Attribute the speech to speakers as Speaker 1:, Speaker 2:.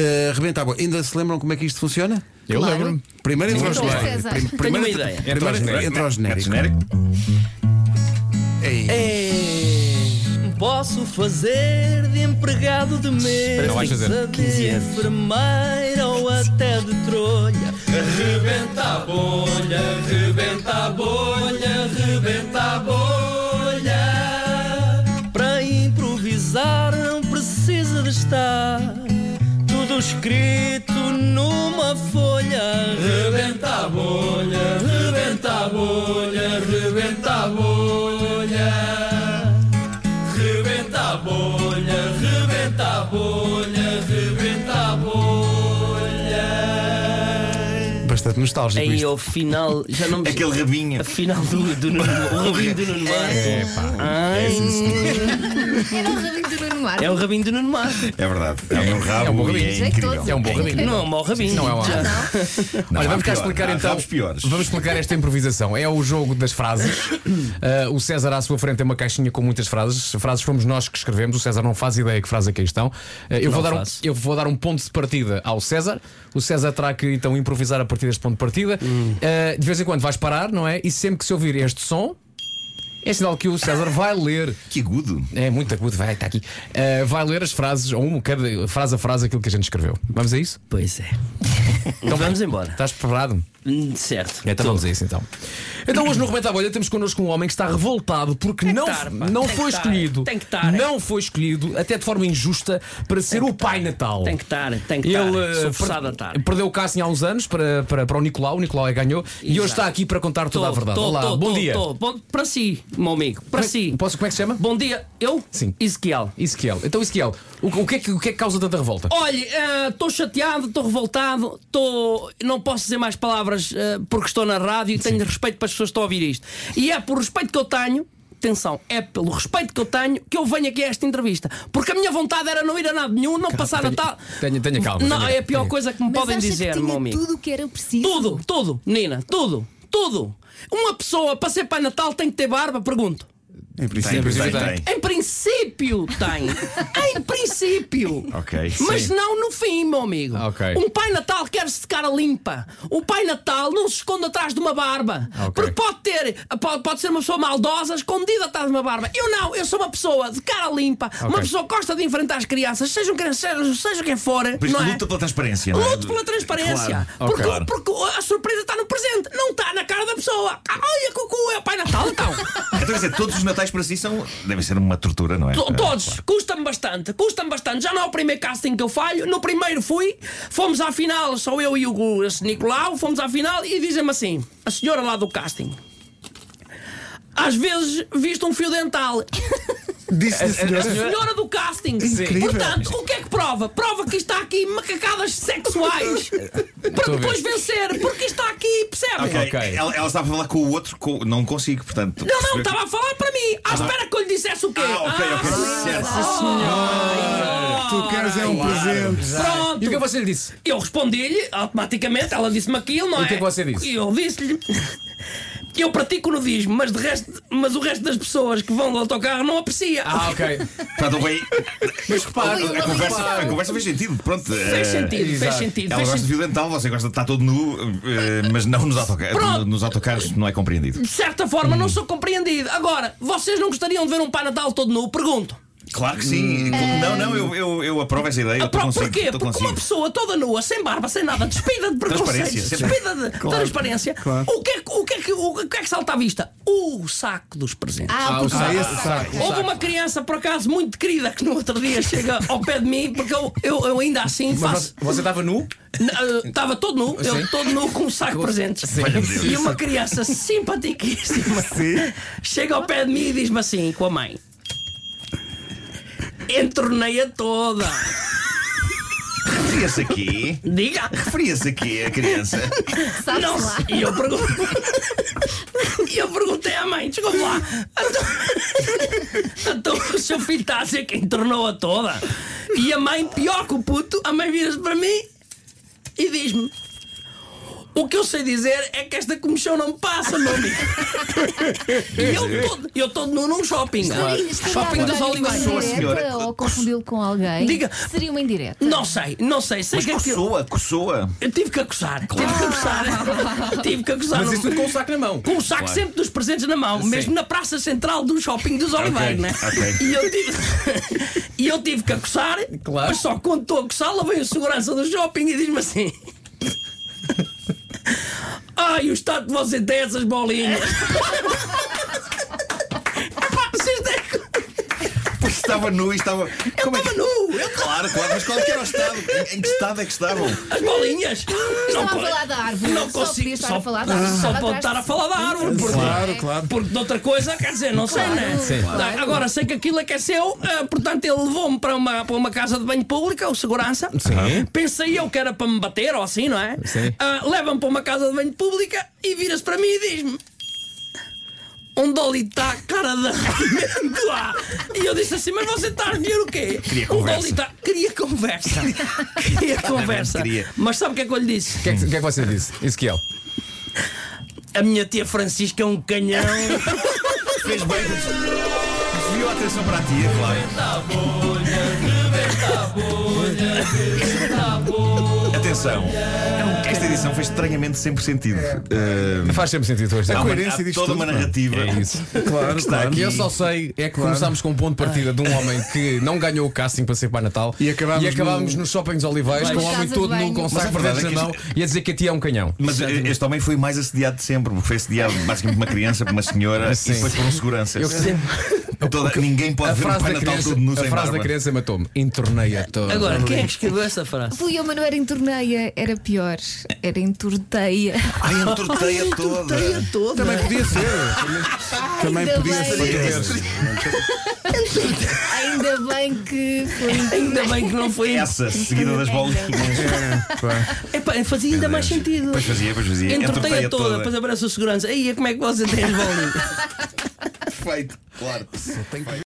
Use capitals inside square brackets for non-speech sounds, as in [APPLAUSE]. Speaker 1: Uh, rebenta a bolha. Ainda se lembram como é que isto funciona?
Speaker 2: Eu
Speaker 3: Claro.
Speaker 2: lembro-me.
Speaker 1: Primeiro entra o
Speaker 3: Muito
Speaker 1: genérico.
Speaker 3: bem.
Speaker 1: Prim-
Speaker 3: Tenho
Speaker 1: primeiro
Speaker 4: uma
Speaker 1: entra-
Speaker 4: ideia.
Speaker 1: primeiro Entra o genérico. Ei.
Speaker 4: Posso fazer de empregado de mesa,
Speaker 2: Não vais fazer.
Speaker 4: de enfermeira ou até de trolha. Rebenta a bolha, rebenta a bolha, rebenta a bolha. Para improvisar não precisa de estar tudo escrito numa folha. Rebenta a bolha, rebenta a bolha, rebenta a bolha. Rebenta a bolha, rebenta a bolha, rebenta a bolha.
Speaker 1: Bastante nostálgico
Speaker 4: Aí
Speaker 1: isto.
Speaker 4: ao final, já [LAUGHS] não me.
Speaker 5: Aquele rabinho.
Speaker 4: A final do, do Nuno, o rabinho do Nuno Marco.
Speaker 2: É pá.
Speaker 4: Ai,
Speaker 3: Era o rabinho do Nuno Marco.
Speaker 4: é o rabinho do Nuno Marco.
Speaker 5: É verdade. É um rabo
Speaker 2: É um bom
Speaker 5: e
Speaker 2: rabinho.
Speaker 5: é
Speaker 3: Jeitoso.
Speaker 5: incrível.
Speaker 2: É um bom rabinho.
Speaker 4: Não é um mau rabinho.
Speaker 2: Não é um-
Speaker 4: Já.
Speaker 5: Não,
Speaker 2: Olha,
Speaker 5: há
Speaker 2: vamos cá
Speaker 5: pior,
Speaker 2: explicar
Speaker 5: há
Speaker 2: então.
Speaker 5: rabos piores.
Speaker 2: Vamos explicar esta improvisação. É o jogo das
Speaker 5: [COUGHS]
Speaker 2: frases. Ah, o César à sua frente tem uma caixinha com muitas frases. Frases fomos nós que escrevemos. O César não faz ideia que frases aqui estão. Ah, eu, vou dar um,
Speaker 4: faço.
Speaker 2: eu vou dar um ponto de partida ao César. O César terá que então improvisar a partir deste ponto de partida. Ah, de vez em quando vais parar, não é? E sempre que se ouvir este som. É sinal que o César vai ler.
Speaker 5: Que agudo.
Speaker 2: É muito agudo, vai, está aqui. Ah, vai ler as frases, ou uma, cada frase a frase, aquilo que a gente escreveu. Vamos a isso?
Speaker 4: Pois é. Então vamos embora.
Speaker 2: Estás preparado?
Speaker 4: Hum, Certo.
Speaker 2: Então vamos a isso então. Então hoje no Rebenta a Bolha temos connosco um homem que está revoltado porque não,
Speaker 4: estar, pá.
Speaker 2: não
Speaker 4: Tem É que
Speaker 2: foi
Speaker 4: estar,
Speaker 2: escolhido.
Speaker 4: tem que estar.
Speaker 2: Não foi escolhido, até de forma injusta, para ser o Pai Natal.
Speaker 4: Tem que estar, tem que estar.
Speaker 2: Ele eh,
Speaker 4: Sou forçado a tá.
Speaker 2: per-
Speaker 4: estar.
Speaker 2: perdeu o casting há uns anos para, para, para o Nicolau, o Nicolau é que ganhou, e
Speaker 4: Exato.
Speaker 2: hoje está aqui para contar toda a
Speaker 4: Tô,
Speaker 2: verdade.
Speaker 4: tô,
Speaker 2: Olá,
Speaker 4: tô,
Speaker 2: bom
Speaker 4: tô,
Speaker 2: dia.
Speaker 4: tô. Bom- Para si, meu amigo, para
Speaker 2: Como é-
Speaker 4: si.
Speaker 2: Posso, como é que se chama?
Speaker 4: Bom dia, eu?
Speaker 2: Sim.
Speaker 4: Ezequiel.
Speaker 2: Ezequiel. Então, Ezequiel, o, o que é que, o que é que causa tanta revolta?
Speaker 4: Oh, Olha, estou chateado, estou revoltado, tô... não posso dizer mais palavras eh, porque estou na rádio e tenho respeito para as pessoas que estão a ouvir isto. E é por respeito que eu tenho, atenção, é pelo respeito que eu tenho que eu venho aqui a esta entrevista. Porque a minha vontade era não ir a nada nenhum, não passar
Speaker 2: tenha-
Speaker 4: a tal.
Speaker 2: tenha- tenha calma,
Speaker 4: Não,
Speaker 2: tenha-
Speaker 4: é a pior
Speaker 2: tenha-
Speaker 4: coisa que me
Speaker 3: Mas
Speaker 4: podem
Speaker 3: acha
Speaker 4: dizer,
Speaker 3: que
Speaker 4: meu
Speaker 3: tinha
Speaker 4: amigo.
Speaker 3: tudo o que era preciso.
Speaker 4: Tudo, tudo, Nina, tudo, tudo. Uma pessoa para ser Pai Natal tem que ter barba, pergunto.
Speaker 1: Em
Speaker 5: Tem,
Speaker 1: princípio,
Speaker 5: tem,
Speaker 2: princípio tem.
Speaker 5: tem.
Speaker 4: Em princípio tem.
Speaker 2: [LAUGHS]
Speaker 4: em princípio.
Speaker 5: Ok,
Speaker 4: Mas
Speaker 5: sim.
Speaker 4: não no fim, meu amigo.
Speaker 2: Ok.
Speaker 4: Um Pai Natal quer-se de cara limpa. O Pai Natal não se esconde atrás de uma barba.
Speaker 2: Ok.
Speaker 4: Porque pode ter, pode, pode ser uma pessoa maldosa escondida atrás de uma barba. Eu não, eu sou uma pessoa de cara limpa. Uma
Speaker 2: Ok.
Speaker 4: pessoa que gosta de enfrentar as crianças, sejam crianças, seja quem for.
Speaker 5: Pois
Speaker 4: não é?
Speaker 5: luta pela transparência. não é?
Speaker 4: Luto pela transparência.
Speaker 5: Claro.
Speaker 4: Porque,
Speaker 5: Claro.
Speaker 4: porque a surpresa está no presente, não está na cara da pessoa. Ah, Olha, Cucu, é o Pai Natal
Speaker 5: [LAUGHS]
Speaker 4: então.
Speaker 5: Então, quer dizer, todos os natais para si são. devem ser uma tortura, não é?
Speaker 4: To- Todos, custa-me bastante, custa-me bastante. Já não é o primeiro casting que eu falho. No primeiro fui, fomos à final, só eu e o esse Nicolau, fomos à final e dizem-me assim: a senhora lá do casting, às vezes visto um fio dental.
Speaker 1: Disse-lhe,
Speaker 2: a
Speaker 1: senhora.
Speaker 2: senhora-
Speaker 4: Senhora do casting!
Speaker 1: Incrível.
Speaker 4: Portanto, o que é que prova? Prova que está aqui
Speaker 2: [LAUGHS]
Speaker 4: macacadas sexuais para
Speaker 2: Estou a ver.
Speaker 4: depois vencer, porque está aqui, percebem?
Speaker 5: Ok.
Speaker 2: Ok.
Speaker 5: Ela, ela estava a falar com o outro, com- não consigo, portanto.
Speaker 4: Não, não,
Speaker 6: tá
Speaker 4: estava a falar para mim, à espera que eu lhe dissesse o quê?
Speaker 5: Ah, ok, ok. certo.
Speaker 1: Tu queres é um presente.
Speaker 4: Pronto!
Speaker 2: E o que é que você lhe disse?
Speaker 4: Eu respondi-lhe automaticamente, ela disse-me aquilo, não
Speaker 2: E
Speaker 4: é?
Speaker 2: o que é que você disse?
Speaker 4: E eu disse-lhe. [LAUGHS] que Eu pratico nudismo, mas, de resto, mas o resto das pessoas que vão do autocarro não aprecia.
Speaker 2: Ah, ok.
Speaker 5: Portanto, bem,
Speaker 2: Mas repare,
Speaker 3: Ui, ui,
Speaker 5: a,
Speaker 3: ui.
Speaker 5: conversa, a conversa fez sentido. Pronto.
Speaker 4: Fez
Speaker 5: eh,
Speaker 4: sentido, fez
Speaker 2: É, exato.
Speaker 4: sentido,
Speaker 5: Ela
Speaker 4: fez
Speaker 5: gosta de
Speaker 4: sentido.
Speaker 5: fio dental, você gosta de estar todo nu, eh, mas não nos autocarros.
Speaker 4: Pronto.
Speaker 5: Nos autocarros não é compreendido.
Speaker 4: De certa forma,
Speaker 2: Hum.
Speaker 4: não sou compreendido. Agora, vocês não gostariam de ver um Pai Natal todo nu? Pergunto.
Speaker 5: Claro que sim. Hum. Não, não, eu, eu, eu aprovo essa ideia. eu tô
Speaker 4: Apro-
Speaker 5: consigo,
Speaker 4: Ah, porquê?
Speaker 5: tô
Speaker 4: Porque
Speaker 5: consigo.
Speaker 4: uma pessoa toda nua, sem barba, sem nada, despida de preconceito,
Speaker 5: Transparência, sempre.
Speaker 4: despida de transparência, o, que é, que- o, que é, que- o que é que salta à vista? O saco dos presentes.
Speaker 3: Ah,
Speaker 2: o
Speaker 3: porque
Speaker 2: saco.
Speaker 1: esse saco.
Speaker 4: Houve uma criança, por acaso, muito querida que no outro dia chega ao pé de mim, porque eu, eu, eu ainda assim
Speaker 2: Mas
Speaker 4: faço.
Speaker 2: você- você estava nu?
Speaker 4: Estava todo nu, eu todo nu com um saco de presentes. E uma criança simpaticíssima chega ao pé de mim e diz-me assim, com a mãe: Entornei-a toda.
Speaker 5: Referia-se aqui.
Speaker 4: Diga!
Speaker 5: Referia-se aqui a criança.
Speaker 3: sabe
Speaker 4: Não
Speaker 3: lá.
Speaker 4: sei. E eu
Speaker 6: [LAUGHS]
Speaker 4: pergunto. e eu perguntei à mãe, desculpa lá.
Speaker 6: [LAUGHS]
Speaker 4: Então, então o seu filho
Speaker 6: tá
Speaker 4: está a ser quem tornou a toda. E a mãe, pior que o puto, a mãe vira-se para mim e diz-me:
Speaker 6: O que eu sei dizer é que esta comissão não me passa, meu amigo. e eu todo- eu estou nu num shopping. Shopping das Olivais.
Speaker 5: Sou a senhora.
Speaker 3: indireta ou confundi-lo com alguém?
Speaker 6: Diga.
Speaker 3: Seria uma indireta.
Speaker 6: Não sei, não sei. sei
Speaker 5: Mas
Speaker 6: que aquilo-
Speaker 5: coçoa, coçoa.
Speaker 6: Eu tive que acusar, tive que acusar, tive que acusar.
Speaker 2: Mas
Speaker 6: Não-
Speaker 2: isso tudo com o saco na mão.
Speaker 6: com o saco sempre dos presentes na mão, mesmo na praça central do shopping dos Oliveiros, né?
Speaker 5: ok.
Speaker 6: E eu tive, [LAUGHS] e eu tive que acossar,
Speaker 2: Claro.
Speaker 6: mas só quando estou a acossar, lá vem a segurança do shopping e diz-me assim: [LAUGHS] Ai, o estado de você tem essas bolinhas. [LAUGHS] Epá, vocês têm-
Speaker 5: Porque estava nu e estava. Como é que.
Speaker 6: Estava nu, eu-
Speaker 5: Claro, claro, mas qual é que era o estado? Em, em que estado é que estavam?
Speaker 6: as bolinhas.
Speaker 3: Estava a
Speaker 6: pode-
Speaker 3: falar da árvore.
Speaker 6: Não
Speaker 3: só
Speaker 6: consigo.
Speaker 3: podia estar a falar da árvore.
Speaker 6: só
Speaker 3: Estava
Speaker 6: pode
Speaker 3: atrás
Speaker 6: estar a
Speaker 3: de-
Speaker 6: falar da árvore, porque
Speaker 1: Claro, claro.
Speaker 6: Porque de outra coisa, quer dizer, não sei, né?
Speaker 3: Sim.
Speaker 6: Tá, Agora sei que aquilo aqueceu, ah, portanto ele levou-me para uma, para uma casa de banho pública, o segurança.
Speaker 2: Sim.
Speaker 6: Pensei eu que era para me bater ou assim, não é?
Speaker 2: Sim.
Speaker 6: Ah, Leva-me para uma casa de banho pública e vira-se para mim e diz-me. Onde ali está a cara de arrependimento lá? E eu disse assim: Mas você está a recolher o quê?
Speaker 5: Queria
Speaker 6: Onde
Speaker 5: conversa.
Speaker 6: ali está? Queria conversa. Queria conversa.
Speaker 5: queria.
Speaker 6: Mas sabe o que é que eu lhe disse?
Speaker 2: O que, é que, o que é que você disse? Ezequiel.
Speaker 6: A minha tia Francisca é um canhão.
Speaker 4: [LAUGHS]
Speaker 5: Fez bem. Desviou a atenção para a tia, claro. Atenção, esta edição fez estranhamente sempre sentido. Eh,
Speaker 2: Faz sempre sentido hoje.
Speaker 5: há uma-
Speaker 1: coerência
Speaker 5: há
Speaker 1: disto
Speaker 5: toda
Speaker 1: tudo,
Speaker 5: uma
Speaker 1: pá.
Speaker 5: narrativa.
Speaker 2: É isso.
Speaker 1: Claro,
Speaker 5: [LAUGHS] que está
Speaker 1: claro.
Speaker 5: aqui.
Speaker 2: E eu só sei é que começámos com um ponto de partida de um homem que não ganhou o casting para ser Pai Natal
Speaker 1: E acabámos
Speaker 2: e acabámos
Speaker 1: no-
Speaker 2: nos shoppings olivais com um homem
Speaker 3: Casa de
Speaker 2: todo nu
Speaker 3: banho.
Speaker 2: com um
Speaker 3: Mas
Speaker 5: a
Speaker 2: saco por
Speaker 5: verdade
Speaker 2: dentro na
Speaker 5: é que
Speaker 2: mão e a dizer que a tia é um canhão.
Speaker 5: Mas eh, este homem foi o mais assediado de sempre, porque foi assediado basicamente por uma criança, por uma senhora
Speaker 2: Sim.
Speaker 5: e depois por um segurança.
Speaker 2: Eu percebo.
Speaker 5: Toda- ninguém pode
Speaker 2: A
Speaker 5: ver um
Speaker 2: frase
Speaker 5: Pai
Speaker 2: da
Speaker 5: Natal
Speaker 2: criança,
Speaker 5: todo nu
Speaker 2: a
Speaker 5: sem
Speaker 2: frase da
Speaker 5: barba.
Speaker 2: criança matou-me. Entornei-a toda.
Speaker 6: Agora, quem é que escreveu essa frase?
Speaker 3: Fui eu, mas não era em torneia, era pior. Era em
Speaker 6: [LAUGHS]
Speaker 3: torteia.
Speaker 5: Ai,
Speaker 2: [LAUGHS]
Speaker 5: entorteia toda.
Speaker 6: toda.
Speaker 1: Também podia ser. Também
Speaker 3: Ainda
Speaker 1: podia
Speaker 3: bem.
Speaker 1: ser.
Speaker 3: Ainda bem que foi em
Speaker 6: Ainda bem que não foi
Speaker 5: Essa, seguida das bolinhas.
Speaker 1: É, pá.
Speaker 6: Epá, fazia ainda mais sentido.
Speaker 5: É, Pois fazia, pois fazia.
Speaker 6: Entreteia
Speaker 5: Entorteia
Speaker 6: toda,
Speaker 2: é.
Speaker 6: depois aparece o segurança. Aí, como é que você tem as bolinhas?
Speaker 5: Perfeito, claro.